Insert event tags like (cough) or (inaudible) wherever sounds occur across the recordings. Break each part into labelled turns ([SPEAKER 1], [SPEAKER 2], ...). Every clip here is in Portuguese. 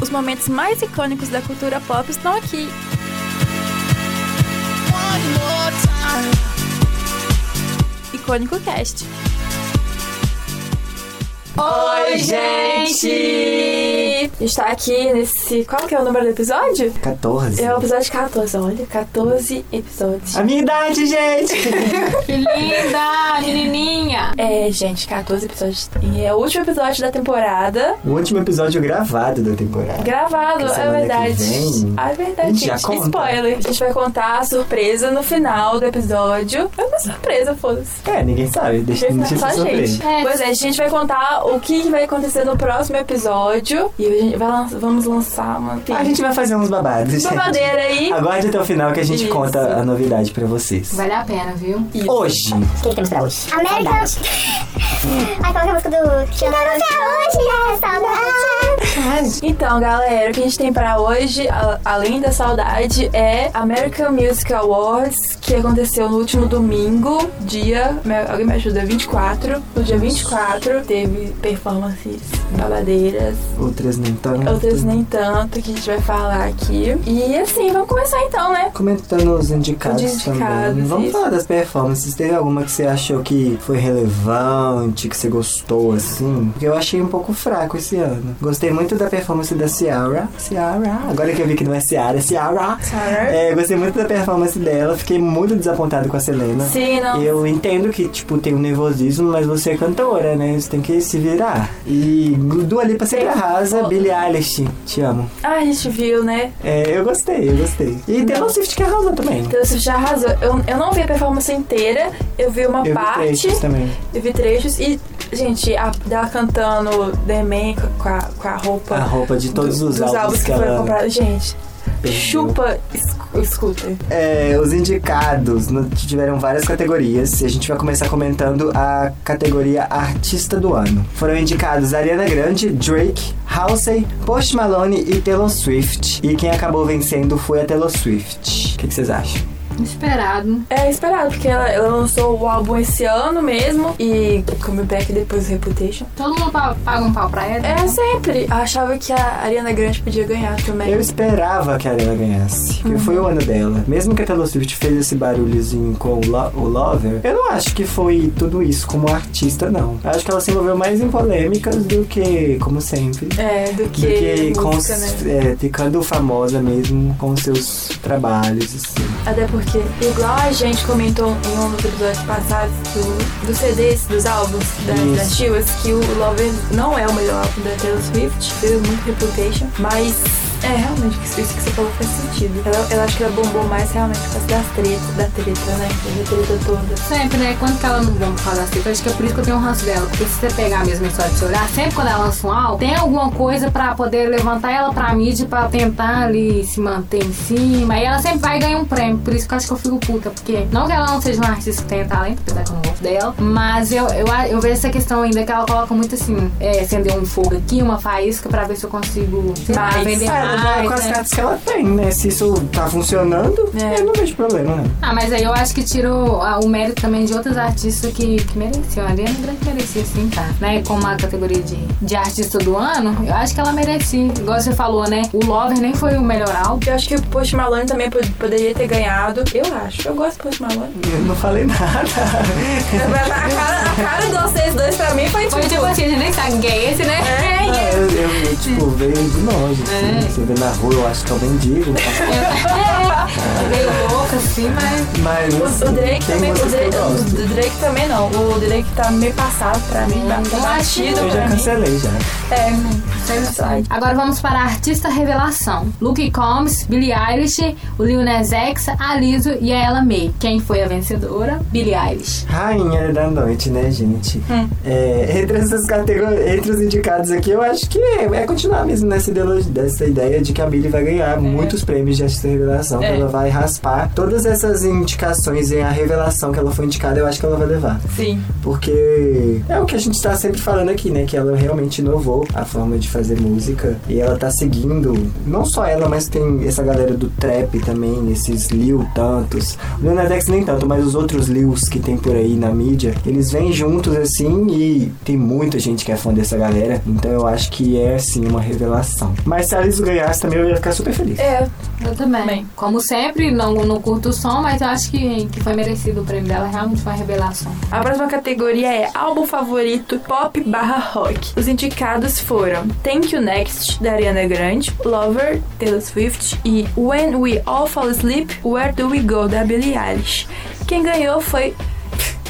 [SPEAKER 1] Os momentos mais icônicos da cultura pop estão aqui. Icônico Cast.
[SPEAKER 2] Oi, gente!
[SPEAKER 3] Está tá aqui nesse. Qual que é o número do episódio?
[SPEAKER 2] 14.
[SPEAKER 3] É o episódio 14, olha. 14 episódios.
[SPEAKER 2] A minha idade, gente!
[SPEAKER 1] Que linda, menininha!
[SPEAKER 3] É, gente, 14 episódios. E é o último episódio da temporada.
[SPEAKER 2] o último episódio gravado da temporada.
[SPEAKER 3] Gravado,
[SPEAKER 2] Porque
[SPEAKER 3] é
[SPEAKER 2] semana que
[SPEAKER 3] verdade.
[SPEAKER 2] vem-
[SPEAKER 3] É verdade,
[SPEAKER 2] Gente, já conta.
[SPEAKER 3] Spoiler. A gente vai contar a surpresa no final do episódio. É uma surpresa, foda-se.
[SPEAKER 2] É, ninguém sabe. Deixa,
[SPEAKER 3] Só
[SPEAKER 2] deixa eu
[SPEAKER 3] Tá a gente.
[SPEAKER 2] surpreender.
[SPEAKER 1] É.
[SPEAKER 3] Pois é, a gente vai contar o que vai acontecer no próximo episódio. E a gente vai lan- vamos lançar uma
[SPEAKER 2] A gente vai fazer uns babados, gente.
[SPEAKER 3] babadeira aí.
[SPEAKER 2] Aguarde até o final que a gente
[SPEAKER 3] Isso.
[SPEAKER 2] conta a novidade pra vocês.
[SPEAKER 4] Vale a pena, viu?
[SPEAKER 2] Hoje,
[SPEAKER 5] O que, que temos pra hoje?
[SPEAKER 6] América. (laughs) Ai, qual que é a música do. Ah! Chegando até hoje, é saudade.
[SPEAKER 3] Então, galera, o que a gente tem pra hoje, a- além da saudade, é American Music Awards, que aconteceu no último domingo, dia. me- Alguém me ajuda? 24. No dia 24, teve performances babadeiras,
[SPEAKER 2] outras nem tanto.
[SPEAKER 3] outras nem tanto, que a gente vai falar aqui. E assim, vamos começar então, né?
[SPEAKER 2] Comentando os indicados,
[SPEAKER 3] Os indicados,
[SPEAKER 2] também. Vamos
[SPEAKER 3] isso.
[SPEAKER 2] falar das performances. Teve alguma que você achou que foi relevante, que você gostou, assim? Porque eu achei um pouco fraco esse ano. Gostei muito da performance da Ciara. Ciara. Agora que eu vi que não é Ciara, é Ciara.
[SPEAKER 3] Ciara.
[SPEAKER 2] É, gostei muito da performance dela. Fiquei muito desapontado com a Selena.
[SPEAKER 3] Sim, não.
[SPEAKER 2] Eu entendo que, tipo, tem um nervosismo, mas você é cantora, né? Você tem que se virar. E Dua Lipa sempre
[SPEAKER 3] Tem-
[SPEAKER 2] arrasa.
[SPEAKER 3] Oh.
[SPEAKER 2] Billie Eilish, te amo.
[SPEAKER 3] Ah, a gente viu, né?
[SPEAKER 2] É, eu gostei, eu gostei. E Taylor Swift que arrasou também.
[SPEAKER 3] Então, você já arrasou. Eu, eu não vi a performance inteira, eu vi uma
[SPEAKER 2] Eu vi
[SPEAKER 3] parte.
[SPEAKER 2] trechos tá? também.
[SPEAKER 3] Eu vi trechos e, gente, a, dela cantando The Man com a, com a roupa.
[SPEAKER 2] A roupa de todos
[SPEAKER 3] do-
[SPEAKER 2] os
[SPEAKER 3] dos
[SPEAKER 2] álbuns,
[SPEAKER 3] álbuns que foram
[SPEAKER 2] ela
[SPEAKER 3] comprados. Gente,
[SPEAKER 2] perdeu.
[SPEAKER 3] chupa esc- scooter.
[SPEAKER 2] É, os indicados no- tiveram várias categorias. E a gente vai começar comentando a categoria Artista do Ano. Foram indicados Ariana Grande, Drake, Halsey, Post Malone e Taylor Swift. E quem acabou vencendo foi a Taylor Swift. O que que vocês acham?
[SPEAKER 4] Esperado.
[SPEAKER 3] É esperado, porque ela, ela lançou o álbum esse ano mesmo e Comeback depois Reputation.
[SPEAKER 4] Todo mundo pa- paga um pau pra ela.
[SPEAKER 3] É sempre. Eu achava que a Ariana Grande podia ganhar também.
[SPEAKER 2] Eu esperava que a Ariana ganhasse, porque foi o ano dela. Mesmo que a Taylor Swift fez esse barulhozinho com o, Lo- o Lover, eu não acho que foi tudo isso como artista, não. Eu acho que ela se envolveu mais em polêmicas do que, como sempre,
[SPEAKER 3] É, do
[SPEAKER 2] do
[SPEAKER 3] que,
[SPEAKER 2] que com
[SPEAKER 3] música,
[SPEAKER 2] os-
[SPEAKER 3] né?
[SPEAKER 2] é, ficando famosa mesmo com os seus trabalhos. assim.
[SPEAKER 3] Até porque, igual a gente comentou em um dos episódios passados do, dos CDs, dos álbuns das,
[SPEAKER 2] Isso.
[SPEAKER 3] das Chivas, que o Lover não é o melhor álbum da Taylor Swift, teve muito reputation, mas é realmente o que isso que você falou faz sentido. Ela, eu acho que ela bombou mais realmente por causa das tretas, da treta, né? Da treta toda.
[SPEAKER 4] Sempre, né? Quando que ela não vamos falar assim? Eu acho que é por isso que eu tenho um ranço dela. Porque se você pegar a mesma história de se olhar, sempre quando ela lança um álbum, tem alguma coisa pra poder levantar ela pra mídia pra tentar ali se manter em cima. E ela sempre vai ganhar um prêmio. Por isso que eu acho que eu fico puta. Porque não que ela não seja uma artista que tenha talento, apesar que eu não gosto dela. Mas eu, eu, a- eu vejo essa questão ainda que ela coloca muito assim: é, acender um fogo aqui, uma faísca pra ver se eu consigo sei lá,
[SPEAKER 3] Mais.
[SPEAKER 4] vender
[SPEAKER 2] Ah, ela já é
[SPEAKER 4] mais.
[SPEAKER 2] com as
[SPEAKER 4] né?
[SPEAKER 2] cartas que ela tem, né? Se isso tá funcionando,
[SPEAKER 3] É.
[SPEAKER 2] eu não vejo problema, né?
[SPEAKER 4] Ah, mas aí eu acho que tira o, a- o mérito também de outras artistas que, que mereciam. A Ariana Grande merecia sim, tá? Né? Como a categoria de, de artista do ano, eu acho que ela merecia. Igual você falou, né? O Lover nem foi o melhor álbum.
[SPEAKER 3] Eu acho que o Post Malone também pod- poderia ter ganhado. Eu acho. Eu gosto do Post Malone. (laughs)
[SPEAKER 2] Eu não falei (laughs) nada.
[SPEAKER 3] Mas a cara, a cara de vocês dois pra mim foi
[SPEAKER 4] Foi tipo
[SPEAKER 3] tipo.
[SPEAKER 4] assim, a gente nem sabe quem é esse, né? É,
[SPEAKER 2] Ah, eu, eu, eu, tipo,
[SPEAKER 3] É.
[SPEAKER 2] veio de longe, assim. Você vê na rua, eu acho que é um mendigo.
[SPEAKER 4] é. (laughs) Meio louca assim, mas.
[SPEAKER 2] Mas
[SPEAKER 3] É. O, o
[SPEAKER 2] assim,
[SPEAKER 3] Drake
[SPEAKER 2] tem
[SPEAKER 3] também, o
[SPEAKER 2] músicas que
[SPEAKER 3] Drake,
[SPEAKER 2] eu gosto.
[SPEAKER 3] o Drake também não. O Drake tá meio passado pra mim, tá tá
[SPEAKER 4] Hum, eu acho
[SPEAKER 3] batido
[SPEAKER 2] Eu
[SPEAKER 3] pra
[SPEAKER 2] já
[SPEAKER 3] mim.
[SPEAKER 2] cancelei já.
[SPEAKER 3] É, sei lá.
[SPEAKER 4] Agora vamos para a artista revelação. Luke Combs, Billie Eilish, o Lil Nas X, a Lizzo e a Ella May. Quem foi a vencedora? Billie Eilish.
[SPEAKER 2] Rainha da noite, né, gente? É, entre essas categorias, entre os indicados aqui, eu acho que é, é continuar mesmo nessa ideologia, dessa ideia de que a Billy vai ganhar muitos prêmios de artista revelação, que
[SPEAKER 3] É.
[SPEAKER 2] ela vai vai raspar todas essas indicações e a revelação que ela foi indicada, eu acho que ela vai levar.
[SPEAKER 3] Sim.
[SPEAKER 2] Porque é o que a gente tá sempre falando aqui, né? Que ela realmente inovou a forma de fazer música. E ela tá seguindo, não só ela, mas tem essa galera do trap também, esses Lil tantos. O Leonard X nem tanto, mas os outros Lils que tem por aí na mídia, eles vêm juntos assim e tem muita gente que é fã dessa galera. Então eu acho que é assim uma revelação. Mas se a Liso ganhasse também eu ia ficar super feliz.
[SPEAKER 3] É,
[SPEAKER 4] Eu também.
[SPEAKER 3] Também.
[SPEAKER 4] Como sempre, não, não curto o som, mas eu acho que, que foi merecido o prêmio dela. Realmente foi uma revelação.
[SPEAKER 3] A próxima categoria é álbum favorito pop barra rock. Os indicados foram Thank You Next, da Ariana Grande, Lover, Taylor Swift e When We All Fall Asleep, Where Do We Go, da Billie Eilish. Quem ganhou foi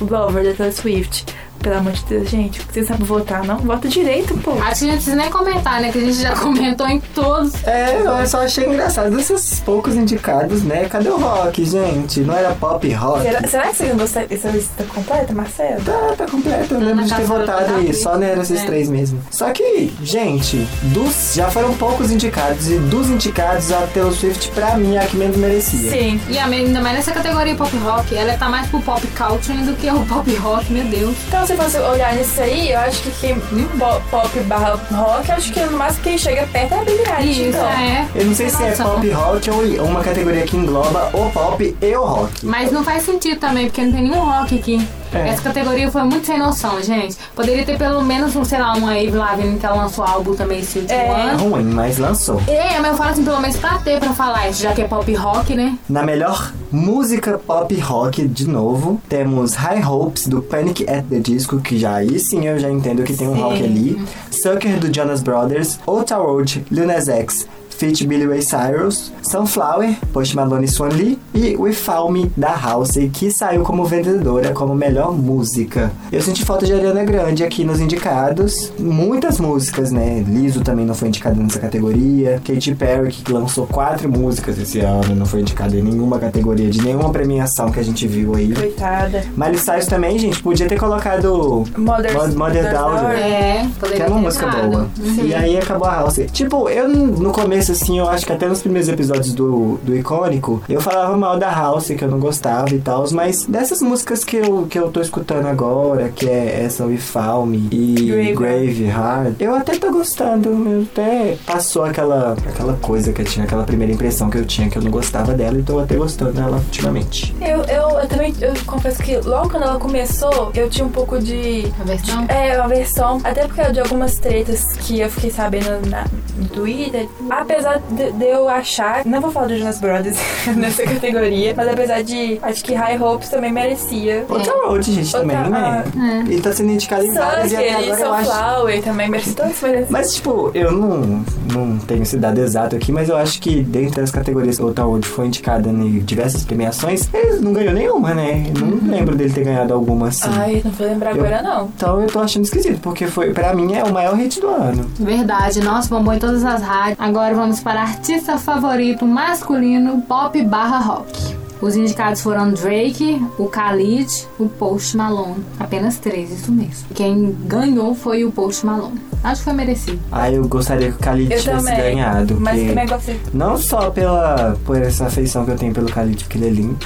[SPEAKER 3] Lover, da Taylor Swift. Pelo amor de Deus, gente, vocês sabem votar, não? Vota direito, pô.
[SPEAKER 4] Acho que não precisa nem comentar, né? Que a gente já (laughs) comentou em todos.
[SPEAKER 2] É, eu só achei engraçado esses poucos indicados, né? Cadê o rock, gente? Não era pop rock?
[SPEAKER 3] Será, será que você não gostou dessa lista completa, Marcelo?
[SPEAKER 2] Tá, tá completo. Eu
[SPEAKER 4] Tá
[SPEAKER 2] lembro
[SPEAKER 4] na
[SPEAKER 2] de ter
[SPEAKER 4] casa do
[SPEAKER 2] votado
[SPEAKER 4] Davi,
[SPEAKER 2] aí. Só não eram esses
[SPEAKER 4] né?
[SPEAKER 2] três mesmo. Só que, gente, dos, já foram poucos indicados. E dos indicados, a Taylor Swift, pra mim, é a que menos merecia.
[SPEAKER 3] Sim.
[SPEAKER 4] E a minha- ainda mais nessa categoria pop rock, ela tá mais pro pop culture do que o pop rock, meu Deus.
[SPEAKER 3] Então, se você olhar nisso aí, eu acho que quem po- pop barra rock, eu acho que no máximo quem chega perto é a Billie Eilish.
[SPEAKER 4] Isso,
[SPEAKER 3] então.
[SPEAKER 4] é.
[SPEAKER 2] Eu não sei se é
[SPEAKER 4] Nossa,
[SPEAKER 2] pop rock ou uma categoria que engloba o pop e o rock.
[SPEAKER 4] Mas não faz sentido também, porque não tem nenhum rock aqui.
[SPEAKER 2] É.
[SPEAKER 4] Essa categoria foi muito sem noção, gente. Poderia ter pelo menos, um, sei lá, uma Avril Lavigne que ela lançou álbum também esse último
[SPEAKER 3] É.
[SPEAKER 2] É
[SPEAKER 4] ano.
[SPEAKER 2] ruim, mas lançou.
[SPEAKER 4] É, mas eu falo assim, pelo menos pra ter pra falar isso, já que é pop rock, né?
[SPEAKER 2] Na melhor música pop rock de novo, temos High Hopes do Panic at the Disco, que já aí sim eu já entendo que tem um rock ali. Sucker do Jonas Brothers, Old Town Road, Lil Nas X, feat Billy Ray Cyrus, Sunflower, Post Malone e Swan Lee e We Found Me da Halsey, que saiu como vendedora como melhor música. Eu senti falta de Ariana Grande aqui nos indicados. Muitas músicas, né? Liso também não foi indicada nessa categoria. Katy Perry, que lançou quatro músicas esse ano, não foi indicada em nenhuma categoria de nenhuma premiação que a gente viu aí.
[SPEAKER 3] Coitada.
[SPEAKER 2] Miley Cyrus também, gente, podia ter colocado
[SPEAKER 3] Mother,
[SPEAKER 2] Mod- Mother né? Daughter.
[SPEAKER 4] É, poderia
[SPEAKER 2] que é
[SPEAKER 4] ter
[SPEAKER 2] uma música
[SPEAKER 4] errado.
[SPEAKER 2] boa. E aí acabou a house. Tipo, eu no começo, assim, eu acho que até nos primeiros episódios do, do Icônico, eu falava mal da house, que eu não gostava e tal, mas dessas músicas que eu, que eu tô escutando agora, que é essa We Found Me e
[SPEAKER 3] Grave.
[SPEAKER 2] Graveyard, eu até tô gostando. Eu até passou aquela, aquela coisa que eu tinha, aquela primeira impressão que eu tinha que eu não gostava dela e tô até gostando dela ultimamente.
[SPEAKER 3] Eu, eu, eu também eu confesso que logo quando ela começou, eu tinha um pouco de.
[SPEAKER 4] A versão?
[SPEAKER 3] É, uma versão. Até porque de algumas tretas que eu fiquei sabendo na, no Twitter. Apesar de, de eu achar. Não vou falar do Jonas Brothers (laughs) nessa categoria. Mas apesar de. Acho que High Hopes também merecia.
[SPEAKER 2] Outra Road, gente,
[SPEAKER 3] Outra-
[SPEAKER 2] também, né? Ele tá sendo indicado em várias e até
[SPEAKER 3] Sucker e
[SPEAKER 2] agora eu acho.
[SPEAKER 3] Sunflower também merecia. Todos mereciam.
[SPEAKER 2] Mas, tipo, eu não, não tenho esse dado exato aqui, mas eu acho que dentre as categorias que o Talwood foi indicada em diversas premiações, ele não ganhou nenhuma, né? Eu não lembro dele ter ganhado alguma assim.
[SPEAKER 3] Uhum. Ai, não vou lembrar
[SPEAKER 2] Eu-
[SPEAKER 3] agora não.
[SPEAKER 2] Então eu tô achando esquisito, porque foi, pra mim é o maior hit do ano.
[SPEAKER 4] Verdade, nossa, bombou em todas as rádios. Agora vamos para artista favorito masculino, pop barra rock. Os indicados foram Drake, o Khalid, o Post Malone. Apenas três, isso mesmo. Quem ganhou foi o Post Malone. Acho que foi merecido.
[SPEAKER 2] Aí eu gostaria que o Khalid
[SPEAKER 3] Eu
[SPEAKER 2] tivesse
[SPEAKER 3] também.
[SPEAKER 2] ganhado.
[SPEAKER 3] Mas
[SPEAKER 2] porque-
[SPEAKER 3] também gostei.
[SPEAKER 2] Não só pela, por essa afeição que eu tenho pelo Khalid, porque ele
[SPEAKER 3] (laughs)
[SPEAKER 2] é lindo,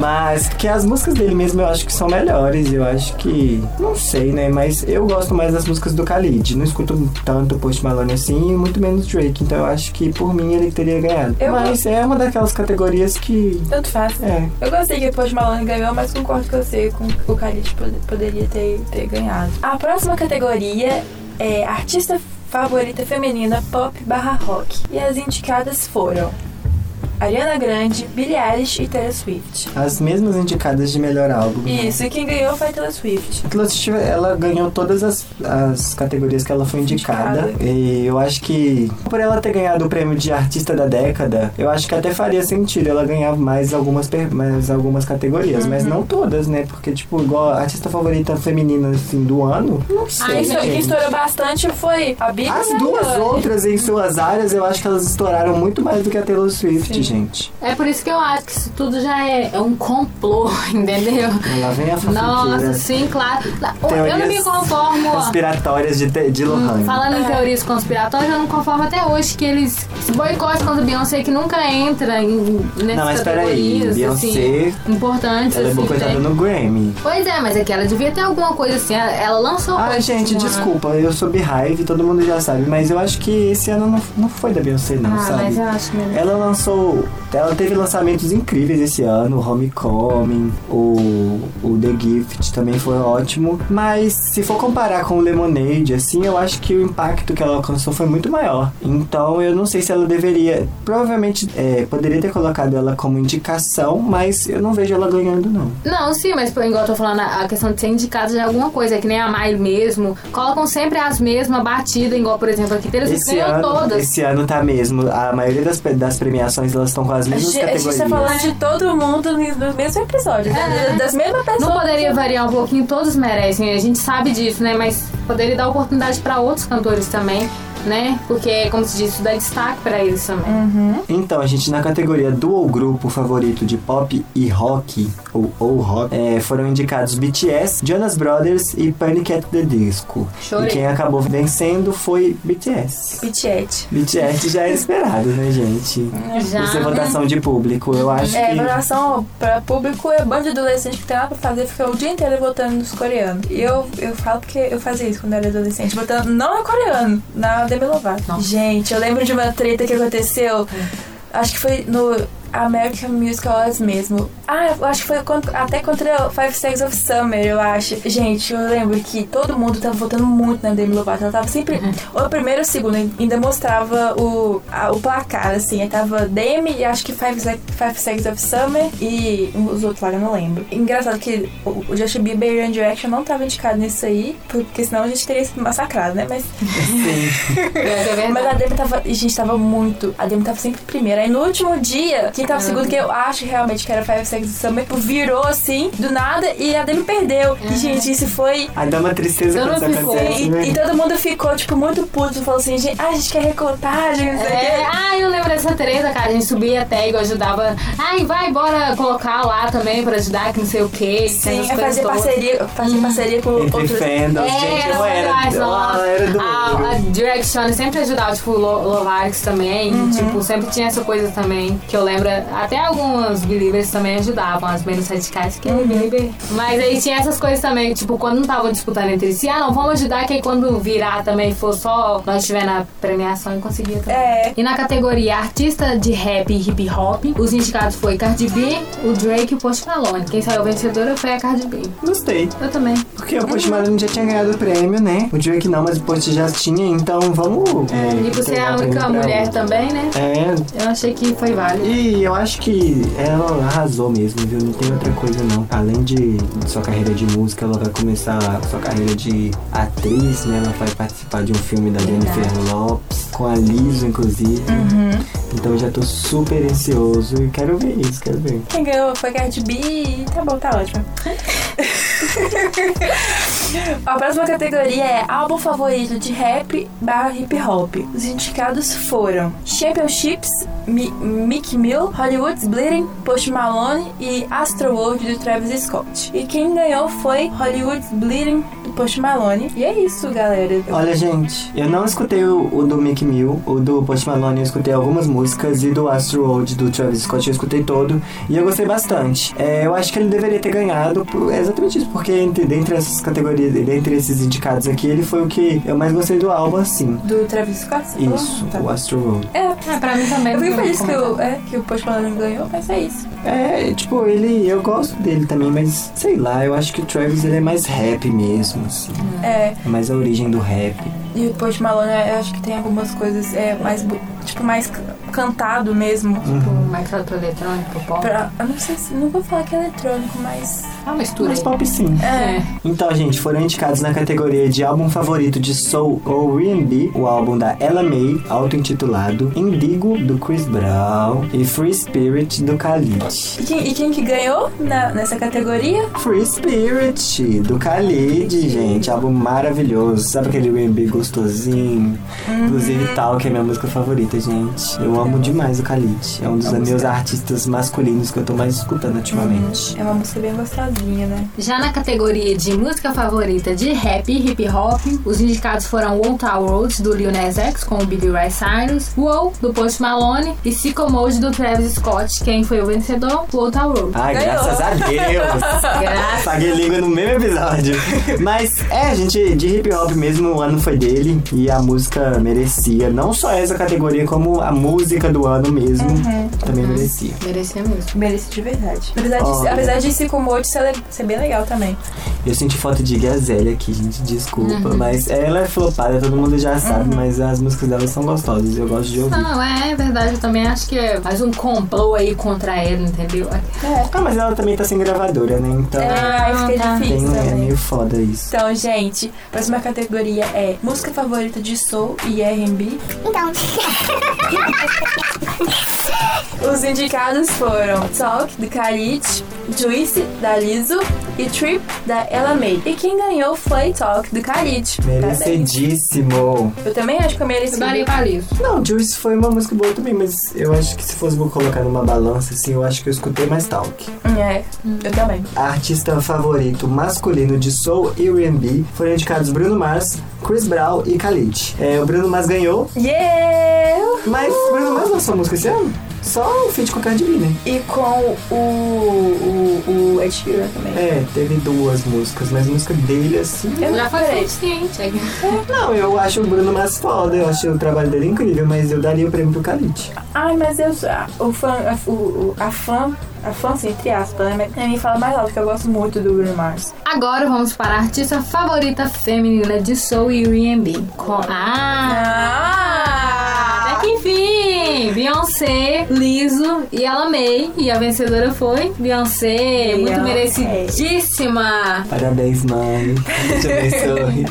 [SPEAKER 2] mas porque as músicas dele mesmo eu acho que são melhores. Eu acho que. Não sei, né? Mas eu gosto mais das músicas do Khalid. Não escuto tanto Post Malone assim e muito menos Drake. Então eu acho que por mim ele teria ganhado.
[SPEAKER 3] Eu
[SPEAKER 2] mas é uma daquelas categorias que.
[SPEAKER 3] Tanto faz.
[SPEAKER 2] É.
[SPEAKER 3] Eu gostei que o Post Malone ganhou, mas concordo que eu sei com que o Khalid pod- poderia ter, ter ganhado. A próxima categoria é artista favorita feminina pop barra rock. E as indicadas foram Ariana Grande, Billie Eilish e Taylor Swift.
[SPEAKER 2] As mesmas indicadas de melhor álbum. né?
[SPEAKER 3] Isso, e quem ganhou foi Taylor Swift.
[SPEAKER 2] Taylor Swift, ela ganhou todas as, as categorias que ela foi indicada.
[SPEAKER 3] Indicada.
[SPEAKER 2] E eu acho que, por ela ter ganhado o prêmio de artista da década, eu acho que até faria sentido ela ganhar mais algumas, per- mais algumas categorias, mas
[SPEAKER 4] Uhum.
[SPEAKER 2] não todas, né? Porque, tipo, igual a artista favorita feminina assim, do ano, não sei.
[SPEAKER 4] Ah, isso
[SPEAKER 3] O que
[SPEAKER 2] gente.
[SPEAKER 3] estourou bastante foi a Billie
[SPEAKER 2] As
[SPEAKER 3] e a
[SPEAKER 2] duas
[SPEAKER 4] é
[SPEAKER 3] Ariana.
[SPEAKER 2] outras em suas áreas, eu acho que elas estouraram muito mais do que a Taylor Swift, gente.
[SPEAKER 4] É por isso que eu acho que isso tudo já é é um complô, (laughs) entendeu?
[SPEAKER 2] Lá vem a fofoqueira.
[SPEAKER 4] Nossa, sim, claro. Na- Eu não me
[SPEAKER 2] Teorias
[SPEAKER 4] conformo. Hum, ó.
[SPEAKER 2] Conspiratórias de, te- de Lohan.
[SPEAKER 4] Falando em teorias conspiratórias, eu não conformo até hoje que eles se boicotam contra a Beyoncé, que nunca entra em, nessas
[SPEAKER 2] Não, mas peraí,
[SPEAKER 4] categorias,
[SPEAKER 2] Beyoncé,
[SPEAKER 4] assim, importantes,
[SPEAKER 2] Ela é
[SPEAKER 4] assim,
[SPEAKER 2] boicotada
[SPEAKER 4] né?
[SPEAKER 2] no Grammy.
[SPEAKER 4] Pois é, mas é que ela devia ter alguma coisa assim, ela- ela lançou
[SPEAKER 2] Ah,
[SPEAKER 4] coisa
[SPEAKER 2] gente,
[SPEAKER 4] assim,
[SPEAKER 2] desculpa, eu sou beehive, todo mundo já sabe, mas eu acho que esse ano não, não foi da Beyoncé, não,
[SPEAKER 4] Ah,
[SPEAKER 2] sabe?
[SPEAKER 4] mas eu acho mesmo.
[SPEAKER 2] Ela lançou. Ela teve lançamentos incríveis esse ano, o Homecoming, o, o The Gift também foi ótimo. Mas se for comparar com o Lemonade, assim, eu acho que o impacto que ela alcançou foi muito maior. Então eu não sei se ela deveria. Provavelmente é, poderia ter colocado ela como indicação, mas eu não vejo ela ganhando, não.
[SPEAKER 4] Não, sim, mas pô, igual eu tô falando, a a questão de ser indicado de alguma coisa, é que nem a Mai mesmo. Colocam sempre as mesmas batidas, igual, por exemplo, aqui Taylor Swift
[SPEAKER 2] Esse
[SPEAKER 4] ganhou
[SPEAKER 2] ano,
[SPEAKER 4] todas.
[SPEAKER 2] esse ano tá mesmo. A maioria das, pe- das premiações elas estão com as
[SPEAKER 3] A
[SPEAKER 2] mesmas
[SPEAKER 3] gente, a gente
[SPEAKER 2] categorias.
[SPEAKER 3] tá falando de todo mundo no mesmo episódio, da- das mesmas pessoas.
[SPEAKER 4] É. Não poderia variar um pouquinho, todos merecem, a gente sabe disso, né? Mas poderia dar oportunidade pra outros cantores também, né? Porque, como se diz, isso dá destaque pra eles também.
[SPEAKER 2] Então, a gente na categoria do ou grupo favorito de pop e rock, ou, ou rock, é, foram indicados BTS, Jonas Brothers e Panic! at the Disco.
[SPEAKER 4] Chorei.
[SPEAKER 2] E quem acabou vencendo foi BTS.
[SPEAKER 3] Pitchet.
[SPEAKER 2] BTS já era esperado, né, gente?
[SPEAKER 4] Já,
[SPEAKER 2] Isso é
[SPEAKER 4] (laughs) né?
[SPEAKER 2] votação de público, eu acho
[SPEAKER 3] É,
[SPEAKER 2] que...
[SPEAKER 3] relação pra público é bando de adolescente que tem nada pra fazer, fica o dia inteiro votando nos coreanos. E eu, eu falo porque eu fazia isso quando era adolescente, votando não no coreano, na Demi Lovato.
[SPEAKER 4] Não.
[SPEAKER 3] Gente, eu lembro de uma treta que aconteceu, acho que foi no American Music Awards mesmo. Ah, eu acho que foi con- até contra Five Seconds of Summer, eu acho. Gente, eu lembro que todo mundo tava votando muito na Demi Lovato, ela tava sempre o primeiro e o segundo ainda mostrava o, a- o placar, assim. Aí tava Demi e acho que Five, Sec- Five Seconds of Summer e os outros lá, eu não lembro. Engraçado que o, o Justin Bieber e One Direction não tava indicado nisso aí, porque senão a gente teria sido massacrado, né? Mas,
[SPEAKER 4] É verdade.
[SPEAKER 3] mas a Demi tava. e, Gente, tava muito. A Demi tava sempre primeira. Aí no último dia, quem
[SPEAKER 4] Ah.
[SPEAKER 3] tava segundo, que eu acho realmente que era Five Seconds of Summer, virou assim, do nada, e a Demi perdeu.
[SPEAKER 4] Ah.
[SPEAKER 3] E, gente, isso foi
[SPEAKER 2] Aí dá é uma tristeza
[SPEAKER 4] Eu
[SPEAKER 2] quando isso
[SPEAKER 4] não fico-
[SPEAKER 2] acontece,
[SPEAKER 3] e,
[SPEAKER 2] né?
[SPEAKER 3] e todo mundo ficou, tipo, muito puto. Falou assim, gente, ah, a gente quer recontagem, não sei o
[SPEAKER 4] É,
[SPEAKER 3] quê.
[SPEAKER 4] ah, eu lembro dessa treta, cara. A gente subia até e eu ajudava. Ai, vai, bora colocar lá também pra ajudar, que não sei o quê.
[SPEAKER 3] Sim,
[SPEAKER 4] essas
[SPEAKER 3] é
[SPEAKER 4] coisas
[SPEAKER 3] fazer
[SPEAKER 4] todas.
[SPEAKER 3] parceria, fazer parceria com
[SPEAKER 2] Entre
[SPEAKER 3] outros...
[SPEAKER 2] fandoms, gente, eu era,
[SPEAKER 4] verdade,
[SPEAKER 2] eu
[SPEAKER 4] É, nossa. Ah,
[SPEAKER 2] era do ouro.
[SPEAKER 4] a, a Direction sempre ajudava, tipo, o Lo- Lovax também.
[SPEAKER 2] Uhum.
[SPEAKER 4] Tipo, sempre tinha essa coisa também. Que eu lembro, até algumas Believers também ajudavam, as menos radicais,
[SPEAKER 2] Uhum.
[SPEAKER 4] que é Belieber. Mas aí tinha essas coisas também, tipo, quando não estavam disputando entre si, ah, não, vamos ajudar, que aí quando virar também for só nós estiver na premiação e conseguir também.
[SPEAKER 3] É.
[SPEAKER 4] E na categoria artista de rap e hip hop, os indicados foi Cardi B, o Drake e o Post Malone. Quem saiu vencedora foi a Cardi B.
[SPEAKER 2] Gostei.
[SPEAKER 4] Eu também.
[SPEAKER 2] Porque o Post Malone já tinha ganhado o prêmio, né? O Drake não, mas o Post já tinha, então vamos... é,
[SPEAKER 4] E você é
[SPEAKER 2] entregar
[SPEAKER 4] a
[SPEAKER 2] o prêmio
[SPEAKER 4] única
[SPEAKER 2] pra
[SPEAKER 4] mulher
[SPEAKER 2] outra.
[SPEAKER 4] também, né?
[SPEAKER 2] É,
[SPEAKER 4] Eu achei que foi válido.
[SPEAKER 2] E eu acho que ela arrasou mesmo, viu? Não tem outra coisa não. Além de sua carreira de música, ela vai começar sua carreira de atriz, né? Ela vai participar de um filme da Jennifer Lopes, com a Liso, inclusive.
[SPEAKER 4] Uhum.
[SPEAKER 2] Então eu já tô super ansioso e quero ver isso, quero ver.
[SPEAKER 3] Quem ganhou foi Cardi B e tá bom, tá ótimo. (laughs) A próxima categoria é álbum favorito de rap barra hip hop. Os indicados foram Championships, Mi Mick Mill, Hollywood's Bleeding, Post Malone e Astroworld do Travis Scott. E quem ganhou foi Hollywood's Bleeding do Post Malone. E é isso, galera.
[SPEAKER 2] Olha, gente, eu não escutei o, o do Mick Mill, o do Post Malone eu escutei algumas músicas e do Astro World do Travis Scott eu escutei todo e eu gostei bastante. É, eu acho que ele deveria ter ganhado por- é exatamente isso, porque entre, dentre essas categorias, dentre esses indicados aqui, ele foi o que eu mais gostei do álbum, assim.
[SPEAKER 3] Do Travis Scott? você falou?
[SPEAKER 2] Isso,
[SPEAKER 3] Tá.
[SPEAKER 2] o Astro World.
[SPEAKER 3] É,
[SPEAKER 4] É, pra mim também.
[SPEAKER 3] eu fiquei
[SPEAKER 4] não tem
[SPEAKER 3] feliz que
[SPEAKER 4] como
[SPEAKER 3] o, é, que o Post Malone ganhou, mas é isso.
[SPEAKER 2] É, tipo, ele, eu gosto dele também, mas sei lá, eu acho que o Travis ele é mais rap mesmo, assim.
[SPEAKER 3] É,
[SPEAKER 2] É mais a origem do rap.
[SPEAKER 3] E o Post Malone, eu acho que tem algumas coisas é, mais, bu- tipo, mais c- cantado mesmo.
[SPEAKER 4] comentar. Tipo, mais pra eletrônico, pop.
[SPEAKER 3] Pra, eu não sei se, não vou falar que é eletrônico, mas
[SPEAKER 4] É uma mistura.
[SPEAKER 2] Mas
[SPEAKER 4] aí.
[SPEAKER 2] pop sim.
[SPEAKER 4] É.
[SPEAKER 2] Então, gente, foram indicados na categoria de álbum favorito de Soul ou R&B, o álbum da Ella May, auto-intitulado, Indigo, do Chris Brown, e Free Spirit, do Khalid.
[SPEAKER 3] E quem, e quem que ganhou na- nessa categoria?
[SPEAKER 2] Free Spirit, do Khalid, gente. Álbum maravilhoso. Sabe aquele R&B gostosinho? Inclusive tal, que é minha música favorita, gente. Eu amo demais o Khalid. É um dos meus artistas masculinos que eu tô mais escutando ultimamente.
[SPEAKER 3] É uma música bem gostosinha, né?
[SPEAKER 4] Já na categoria de música favorita de rap e hip hop, os indicados foram Old Town Road do Lil Nas X com o Billy Ray Cyrus, Wow do Post Malone e Sicko Mode do Travis Scott. Quem foi o vencedor? O Old Town
[SPEAKER 3] (laughs)
[SPEAKER 4] Road.
[SPEAKER 2] Ai,
[SPEAKER 3] Ganhou.
[SPEAKER 2] graças a Deus!
[SPEAKER 4] Graças
[SPEAKER 2] Paguei língua no mesmo episódio. Mas é, gente, de hip hop mesmo, o ano foi dele e a música merecia. Não só essa categoria, como a música do ano mesmo
[SPEAKER 3] Uhum.
[SPEAKER 2] também merecia.
[SPEAKER 4] Merecia mesmo.
[SPEAKER 3] Merece de verdade. Apesar de,
[SPEAKER 2] Olha.
[SPEAKER 3] apesar de Cico Mode ser, le- é, ser bem legal também.
[SPEAKER 2] Eu senti falta de Gazelle aqui, gente,
[SPEAKER 3] Uhum.
[SPEAKER 2] desculpa. Mas ela é flopada, todo mundo já sabe, mas as músicas dela são gostosas eu gosto de ouvir.
[SPEAKER 4] Não, é, é verdade, eu também acho que é mais um complô aí contra ela, entendeu?
[SPEAKER 2] Ah, mas ela também tá sem gravadora, né? Então
[SPEAKER 3] É, aí fica
[SPEAKER 4] tá.
[SPEAKER 2] tem,
[SPEAKER 3] difícil
[SPEAKER 2] é
[SPEAKER 3] também.
[SPEAKER 2] meio foda isso.
[SPEAKER 3] Então, gente, a próxima categoria é música favorita de soul e R&B.
[SPEAKER 6] Então,
[SPEAKER 3] Os indicados foram Talk, do Khalid, Juice, da Lizzo e Trip, da Ella May. E quem ganhou foi Talk, do Khalid. Parabéns.
[SPEAKER 2] Merecidíssimo.
[SPEAKER 3] Eu também acho que eu mereci.
[SPEAKER 4] Eu daria pra isso.
[SPEAKER 2] Não, Juice foi uma música boa também, mas eu acho que se fosse vou colocar numa balança, assim, eu acho que eu escutei mais Talk.
[SPEAKER 3] É, eu também.
[SPEAKER 2] Artista favorito masculino de Soul e R&B foram indicados Bruno Mars, Chris Brown e Khalid. É, o Bruno Mars ganhou,
[SPEAKER 3] Yeah!
[SPEAKER 2] mas Bruno Mars lançou música esse ano? Só o feat com o Cardi B, né?
[SPEAKER 3] E com o, o, o Ed Sheeran também.
[SPEAKER 2] É, teve duas músicas, mas música dele, assim...
[SPEAKER 3] Eu
[SPEAKER 4] Já
[SPEAKER 3] não
[SPEAKER 4] foi
[SPEAKER 3] sei.
[SPEAKER 4] suficiente.
[SPEAKER 2] Não, eu acho o Bruno Mars foda, eu acho o trabalho dele incrível, mas eu daria o prêmio pro Khalid.
[SPEAKER 3] Ai, mas eu sou- a- o fã, a, o, o- a fã, a fã, assim, entre aspas, né? Pra mim fala mais alto, porque eu gosto muito do Bruno Mars.
[SPEAKER 4] Agora vamos para a artista favorita feminina de Soul e R&B. Com... Ah!
[SPEAKER 3] Ah!
[SPEAKER 4] Até que enfim! Beyoncé, Liso e ela May. E a vencedora foi Beyoncé. Muito
[SPEAKER 3] Beyoncé.
[SPEAKER 4] merecidíssima!
[SPEAKER 2] Parabéns, mãe. Deus
[SPEAKER 3] (laughs)
[SPEAKER 2] te abençoe.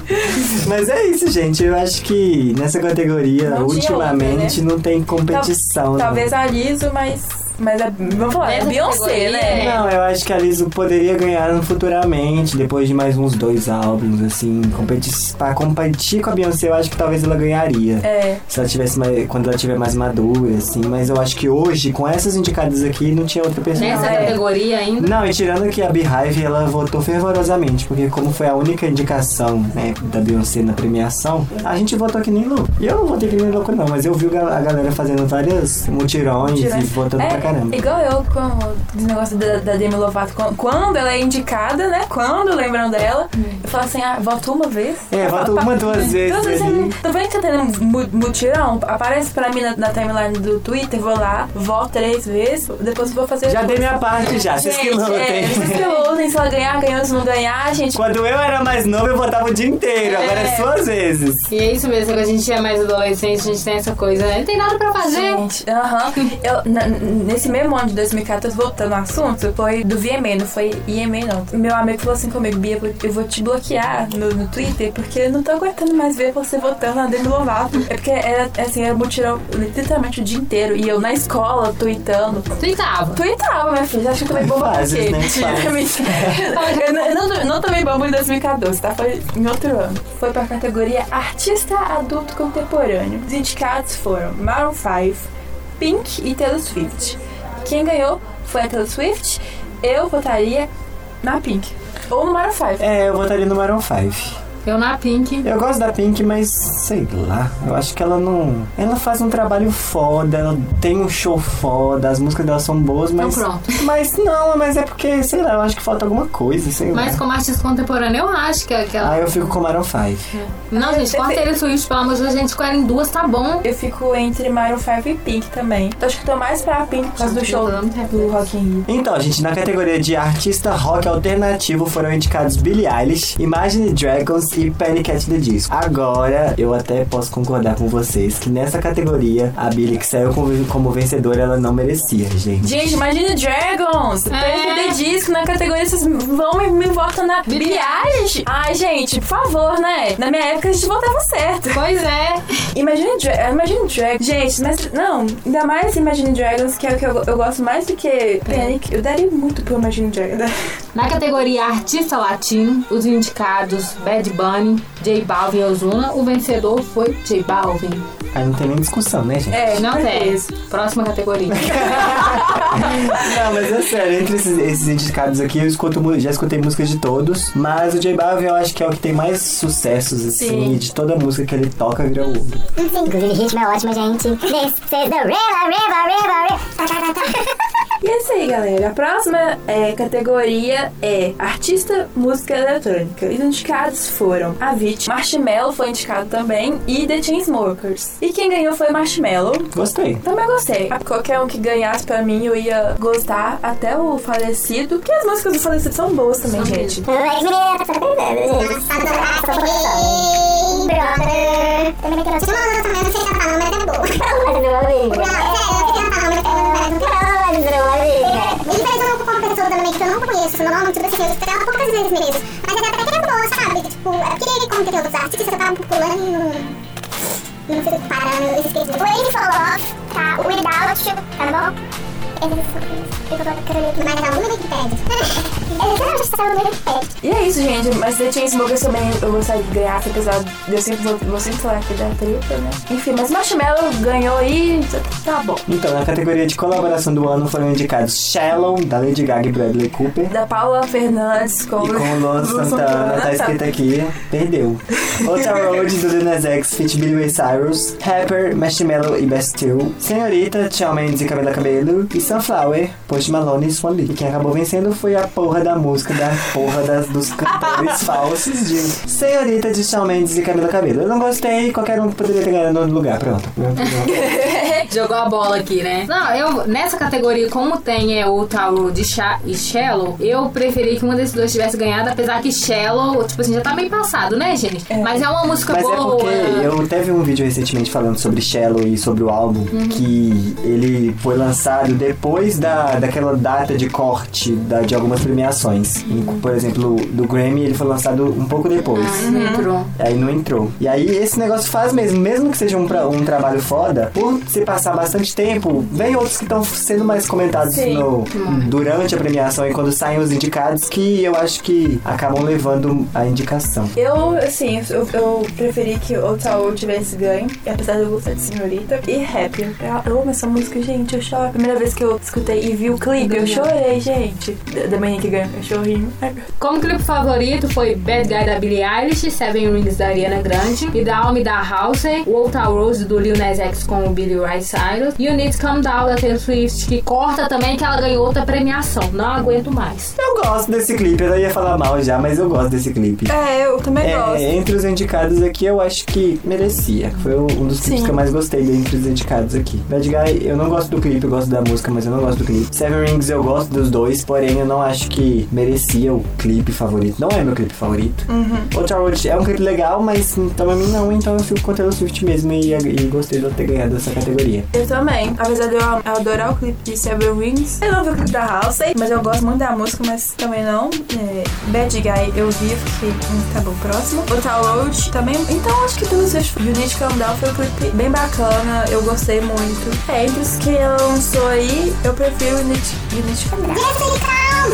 [SPEAKER 2] Mas é isso, gente. Eu acho que nessa categoria,
[SPEAKER 3] Não tinha né?
[SPEAKER 2] ultimamente, não tem competição. né? não.
[SPEAKER 3] Talvez a Liso, mas. Mas a, vamos falar, é
[SPEAKER 4] Nessa
[SPEAKER 3] Beyoncé,
[SPEAKER 4] categoria,
[SPEAKER 3] né?
[SPEAKER 4] né?
[SPEAKER 2] Não, eu acho que a Liso poderia ganhar futuramente, depois de mais uns dois álbuns, assim. Competi pra competir com a Beyoncé, eu acho que talvez ela ganharia.
[SPEAKER 3] É.
[SPEAKER 2] Se ela tivesse mais, quando ela tiver mais madura, assim. Mas eu acho que hoje, com essas indicadas aqui, não tinha outra pessoa.
[SPEAKER 4] Nessa
[SPEAKER 3] Não, é.
[SPEAKER 4] categoria ainda.
[SPEAKER 2] Não, e tirando que a Beehive, ela votou fervorosamente, porque como foi a única indicação, né, da Beyoncé na premiação, a gente votou que nem louco. E eu não votei que nem louco não, mas eu vi o ga- a galera fazendo várias mutirões e
[SPEAKER 3] Tirando-
[SPEAKER 2] votando
[SPEAKER 3] é,
[SPEAKER 2] pra caramba.
[SPEAKER 3] Igual eu com o negócio da, da Demi Lovato. Quando- Quando ela é indicada, né? Quando lembram dela, eu falo assim: ah, voto uma vez. Hum.
[SPEAKER 2] É, votou uma, duas vezes
[SPEAKER 3] Duas vezes
[SPEAKER 2] ali.
[SPEAKER 3] Não vem que tá tendo mu- mutirão? Aparece pra mim na, na timeline do Twitter, vou lá, voto três vezes, depois vou fazer.
[SPEAKER 2] Já dei minha parte já, vocês que
[SPEAKER 3] Gente, é, vocês que
[SPEAKER 2] lutem.
[SPEAKER 3] lutem, se ela ganhar, ganhou, se não ganhar, gente.
[SPEAKER 2] (laughs) Quando eu era mais novo, eu votava o dia inteiro, agora é suas vezes.
[SPEAKER 4] E é isso mesmo, quando a gente é mais adolescente, a gente tem essa coisa, né? Não tem nada pra fazer.
[SPEAKER 3] Gente, aham. Eu, na- nesse mesmo ano de 2014, voltando ao assunto, foi do VMA, não foi IMA, não. Meu amigo falou assim comigo, Bia, eu vou te bloquear no, no Twitter, porque eu não tô aguentando mais ver você votando na Demi Lovato. É porque era, assim, era mutirão literalmente o dia inteiro, e eu na escola, tweetando.
[SPEAKER 4] Tuitava.
[SPEAKER 3] Tweetava, minha filha, acho que eu tomei bomba por
[SPEAKER 2] Fases,
[SPEAKER 3] quê?
[SPEAKER 2] né?
[SPEAKER 3] (laughs) Mentira, mentira. Eu não- Eu não, não tomei bomba em 2014, tá? Foi em outro ano. Foi pra categoria Artista Adulto Contemporâneo. Os indicados foram Maroon 5, Pink e Taylor Swift. Quem ganhou foi a Taylor Swift. Eu votaria na Pink. Ou no Maroon 5.
[SPEAKER 2] É, eu votaria no Maroon 5.
[SPEAKER 4] Eu na Pink.
[SPEAKER 2] Eu gosto da Pink, mas sei lá. Eu acho que ela não. Ela faz um trabalho foda, ela tem um show foda, as músicas dela são boas, mas.
[SPEAKER 4] pronto.
[SPEAKER 2] Mas não, mas é porque, sei lá, eu acho que falta alguma coisa, sei
[SPEAKER 4] Mas
[SPEAKER 2] lá.
[SPEAKER 4] como artista contemporânea, eu acho que é aquela.
[SPEAKER 2] Aí eu fico com o Maroon 5.
[SPEAKER 4] Não, gente, corta ele Swift, pelo amor de Deus, gente, com ela em duas tá bom.
[SPEAKER 3] Eu fico entre Maroon 5 e Pink também. Eu acho que eu tô mais pra Pink por causa do show do Rock in Rio.
[SPEAKER 2] Então, gente, na categoria de artista rock alternativo foram indicados Billie Eilish, Imagine Dragons e Panic at the Disco. Agora, eu até posso concordar com vocês que nessa categoria, a Billy que saiu como, como vencedora, ela não merecia, gente.
[SPEAKER 3] Gente, imagina Dragons! É. Perde disco na categoria, vocês vão e me votam na Billie Eilish? Ai, gente, por favor, né? Na minha época a gente votava certo.
[SPEAKER 4] Pois é.
[SPEAKER 3] Imagine, Dra Imagine Dragons. Gente, mas não, ainda mais Imagine Dragons, que é o que eu, eu gosto mais do que Panic. Eu daria muito pro Imagine Dragons. (laughs)
[SPEAKER 4] Na categoria Artista Latino, os indicados Bad Bunny, J Balvin e Ozuna, o vencedor foi J Balvin.
[SPEAKER 2] Aí não tem nem discussão, né, gente?
[SPEAKER 3] É,
[SPEAKER 4] Não tem. Próxima categoria.
[SPEAKER 2] Não, mas é sério, entre esses, esses indicados aqui, eu escuto, mu- já escutei músicas de todos, mas o J Balvin eu acho que é o que tem mais sucessos, assim,
[SPEAKER 3] Sim.
[SPEAKER 2] e de toda música que ele toca vira ouro.
[SPEAKER 6] Inclusive, ritmo é ótimo, gente. This is the river, river, river, river. Tá, tá, tá, tá.
[SPEAKER 3] E é isso aí, galera. A próxima é, categoria é Artista Música Eletrônica. E os indicados foram Avicii, Marshmello foi indicado também e The Chainsmokers. E quem ganhou foi Marshmello.
[SPEAKER 2] Gostei.
[SPEAKER 3] Também gostei. Qualquer um que ganhasse pra mim, eu ia gostar. Até o Falecido. Porque as músicas do Falecido são boas também, gente.
[SPEAKER 6] Vai, menina, tá perdendo, gente. Tá, tá, tá, tá, tá, brother. Também tem outro. Não, não, não, também não sei cantar, não, mas é boa. Mas não é amiga. Não, sério, eu sei cantar, não, mas é boa. Não, mas não é amiga. E daí eu não como pessoa também que eu não conheço, não, não, tipo assim, eu estrela poucas vezes mesmo. Mas ela até que é boa, sabe? Que, Tipo, é porque ele conta que outros artistas eu tava pulando... Não fico parando, esqueci. O Wayne falou, tá, o Without, tá bom?
[SPEAKER 3] E é isso, gente. Mas The Chainsmokers também eu gostaria de ganhar, apesar de eu sempre vou, vou sempre falar que dá treta, né? Enfim, mas Marshmello ganhou e tá bom.
[SPEAKER 2] Então, na categoria de colaboração do ano foram indicados Shallow, da Lady Gaga e Bradley Cooper.
[SPEAKER 3] Da Paula Fernandes com,
[SPEAKER 2] E com o Luan
[SPEAKER 3] Lu
[SPEAKER 2] Santana, tá escrito aqui, perdeu. Outra Road do Nas X, feat Billy Ray Cyrus, Rapper, Marshmallow e Bastille, Senhorita, Shawn Mendes e Camila Cabello, e Sunflower, Post Malone e Swan Lee. E quem acabou vencendo foi a porra da música, da porra das, dos (laughs) cantores falsos de Senhorita de Shawn Mendes e Camila Cabello. Eu não gostei, qualquer um poderia ter ganhado no lugar, pronto.
[SPEAKER 4] (laughs) Jogou a bola aqui, né? Não, eu nessa categoria, como tem é, o tal de Sha e Shallow, eu preferi que um desses dois tivesse ganhado, apesar que Shallow, tipo assim, já tá meio passado, né, gente? Mas é uma música
[SPEAKER 2] Mas é
[SPEAKER 4] boa.
[SPEAKER 2] porque eu até vi um vídeo recentemente falando sobre Shallow e sobre o álbum, que ele foi lançado depois da, daquela data de corte da- de algumas premiações. Em- Por exemplo, do Grammy ele foi lançado um pouco depois.
[SPEAKER 4] Ah, não entrou.
[SPEAKER 2] Aí não entrou. E aí esse negócio faz mesmo, mesmo que seja um, pra- um trabalho foda, por se passar bastante tempo, vem outros que estão sendo mais comentados
[SPEAKER 3] Sim.
[SPEAKER 2] no- durante a premiação e quando saem os indicados, que eu acho que acabam levando a indicação.
[SPEAKER 3] Eu, assim, eu, eu preferi que o Saul tivesse ganho, apesar de eu gostar de Senhorita, e Happy. Eu, eu amo essa música, gente, eu choro. A primeira vez que eu escutei e vi o clipe, eu chorei, gente. Da, da manhã que ganha o cachorrinho. Ai, meu-
[SPEAKER 4] Como clipe favorito foi Bad Guy da Billie Eilish, Seven Rings da Ariana Grande, e da Alme da Halsey, Old Town Rose do Lil Nas X com o Billy Ray Cyrus, e o Need to Calm Down da Taylor Swift, que corta também que ela ganhou outra premiação. Não aguento mais.
[SPEAKER 2] Eu gosto desse clipe, eu ia falar mal já, mas eu gosto desse clipe.
[SPEAKER 3] É, eu também
[SPEAKER 2] É,
[SPEAKER 3] gosto.
[SPEAKER 2] entre os indicados aqui, eu acho que merecia. Foi o- um dos clipes
[SPEAKER 3] Sim.
[SPEAKER 2] que eu mais gostei dentre os indicados aqui. Bad Guy, eu não gosto do clipe, eu gosto da música, mas eu não gosto do clipe. Seven Rings, eu gosto dos dois, porém eu não acho que merecia o clipe favorito. Não é meu clipe favorito.
[SPEAKER 3] Uhum.
[SPEAKER 2] Outra Road é um clipe legal, mas então pra mim não, então eu fico com o Taylor Swift mesmo e, e gostei de eu ter ganhado essa categoria.
[SPEAKER 3] Eu também. Apesar de eu am- adorar o clipe de Seven Rings, eu não vi o clipe da Halsey, mas eu gosto muito da música, mas também não. É, Bad Guy eu vi, eu fiquei, hum, tá bom, próximo. O Tallout também. Então acho que todos os Unit Calm Down foi um clipe bem bacana, eu gostei muito. É, entre os que lançou aí, eu prefiro Unit, Unit Calm Down.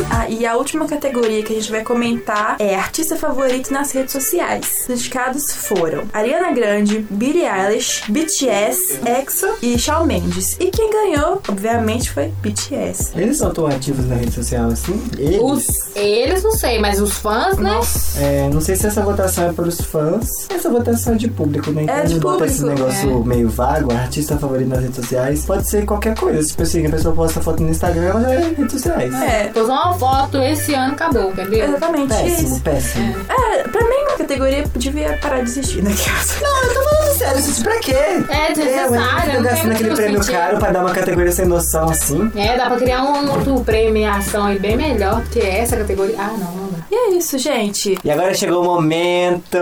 [SPEAKER 3] Ah, e a última categoria que a gente vai comentar é artista favorito nas redes sociais. Os indicados foram Ariana Grande, Billie Eilish, BTS, EXO e Shawn Mendes. E quem ganhou, obviamente, foi BTS.
[SPEAKER 2] Eles são tão ativos na rede social assim? Eles?
[SPEAKER 4] Os, eles não sei, mas os fãs, né?
[SPEAKER 2] É, não sei se essa votação é para os fãs, essa votação é de público, né? Então
[SPEAKER 3] É de
[SPEAKER 2] eles botam esse
[SPEAKER 3] público, é.
[SPEAKER 2] negócio meio vago, artista favorito nas redes sociais. Pode ser qualquer coisa, tipo assim, a pessoa posta foto no Instagram, ela já é redes sociais.
[SPEAKER 3] É,
[SPEAKER 4] Pôs uma foto esse ano, acabou, entendeu?
[SPEAKER 3] exatamente
[SPEAKER 2] Péssimo,
[SPEAKER 3] isso.
[SPEAKER 2] péssimo.
[SPEAKER 3] É, pra mim, a categoria devia parar de existir na casa.
[SPEAKER 2] Não, eu tô falando sério, gente, pra quê?
[SPEAKER 4] É desnecessário,
[SPEAKER 2] É, mas
[SPEAKER 4] não tem
[SPEAKER 2] gastando aquele
[SPEAKER 4] muito
[SPEAKER 2] prêmio
[SPEAKER 4] sentido.
[SPEAKER 2] caro pra dar uma categoria sem noção assim.
[SPEAKER 4] É, dá pra criar um outro premiação aí bem melhor do que essa categoria. Ah, não, não dá.
[SPEAKER 3] E é isso, gente.
[SPEAKER 2] E agora chegou o momento.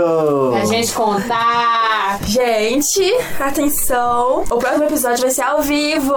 [SPEAKER 4] A gente contar.
[SPEAKER 3] Gente, atenção. O próximo episódio vai ser ao vivo.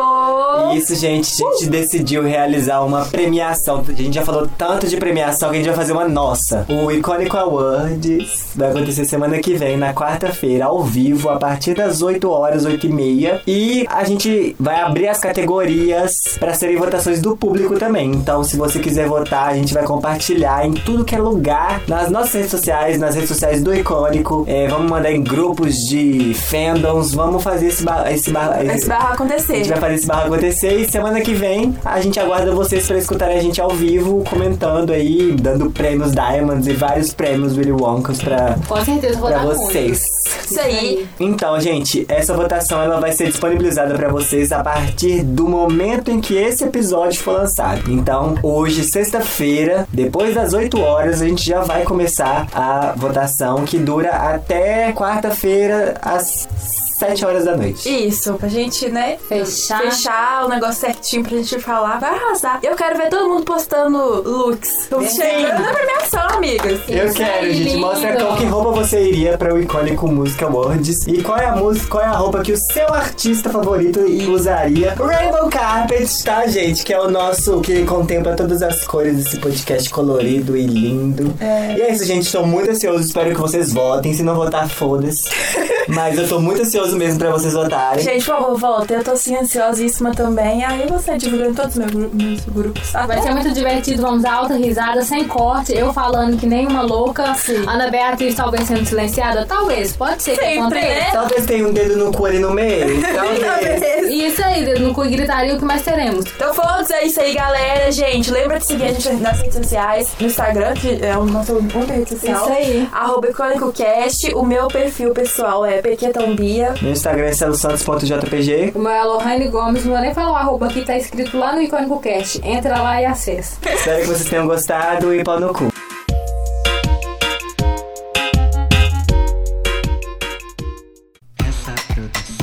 [SPEAKER 2] Isso, gente, a gente decidiu realizar uma premiação. A gente já falou tanto de premiação que a gente vai fazer uma nossa. O Icônico Awards vai acontecer semana que vem, na quarta-feira, ao vivo, a partir das 8 horas, 8 e meia. E a gente vai abrir as categorias para serem votações do público também. Então, se você quiser votar, a gente vai compartilhar em tudo que é lugar, nas nossas redes sociais, nas redes sociais do Icônico. É, vamos mandar em grupos de fandoms, vamos fazer esse, ba esse, ba-
[SPEAKER 3] Esse barra acontecer.
[SPEAKER 2] a gente vai fazer esse barra acontecer e semana que vem a gente aguarda vocês pra escutarem a gente ao vivo, comentando aí, dando prêmos Diamonds e vários prêmios Willy Wonkas pra,
[SPEAKER 4] Com certeza eu vou
[SPEAKER 2] pra
[SPEAKER 4] dar
[SPEAKER 2] vocês.
[SPEAKER 3] Isso aí.
[SPEAKER 2] Então, gente, essa votação ela vai ser disponibilizada pra vocês a partir do momento em que esse episódio for lançado. Então, hoje, sexta-feira, depois das 8 horas, a gente já vai começar a votação que dura até quarta-feira às 7 horas da noite.
[SPEAKER 3] Isso, pra gente, né?
[SPEAKER 4] Fechar.
[SPEAKER 3] Fechar o negócio certinho pra gente falar, vai arrasar. Eu quero ver todo mundo postando looks. Estamos
[SPEAKER 2] Sim.
[SPEAKER 3] chegando na premiação, amigas.
[SPEAKER 2] Eu
[SPEAKER 4] Isso
[SPEAKER 2] quero,
[SPEAKER 4] aí,
[SPEAKER 2] gente.
[SPEAKER 4] lindo.
[SPEAKER 2] Mostra com que roupa você iria para o icônico Música Awards e qual é a música, qual é a roupa que o seu artista favorito usaria. O Rainbow Carpet, tá, gente? Que é o nosso que contempla todas as cores desse podcast colorido e lindo. E é isso, gente. Estou muito ansioso. Espero que vocês votem. Se não votar, foda-se. Mas eu tô muito ansioso mesmo para vocês votarem.
[SPEAKER 3] Gente, por favor, volta. Eu tô assim ansiosíssima também. Aí você é divulgando em todos os meus, gru- meus grupos. Ah,
[SPEAKER 4] Vai ser muito divertido, vamos dar alta risada, sem corte, eu falando que nem uma louca.
[SPEAKER 3] Sim.
[SPEAKER 4] Ana Beatriz talvez sendo silenciada, talvez, pode ser que
[SPEAKER 3] Sempre, né?
[SPEAKER 4] aconteça.
[SPEAKER 2] Talvez tenha um dedo no cu ali no meio. então, Talvez.
[SPEAKER 4] E isso aí, dedo no cu e gritaria, o que mais teremos?
[SPEAKER 3] Então foda-se, é isso aí, galera. Gente, lembra de seguir a gente nas redes sociais. No Instagram, que é o nosso única rede social.
[SPEAKER 4] Isso aí.
[SPEAKER 3] Arroba IcônicoCast. O meu perfil pessoal é pequetambia.
[SPEAKER 2] Meu Instagram é celosantos.jpg.
[SPEAKER 4] O meu é Lohane Gomes, não vou nem falar o arroba aqui, tá escrito lá no Icônico Cast. Entra lá e acessa.
[SPEAKER 2] Espero que vocês tenham gostado e pau no cu. Essa produção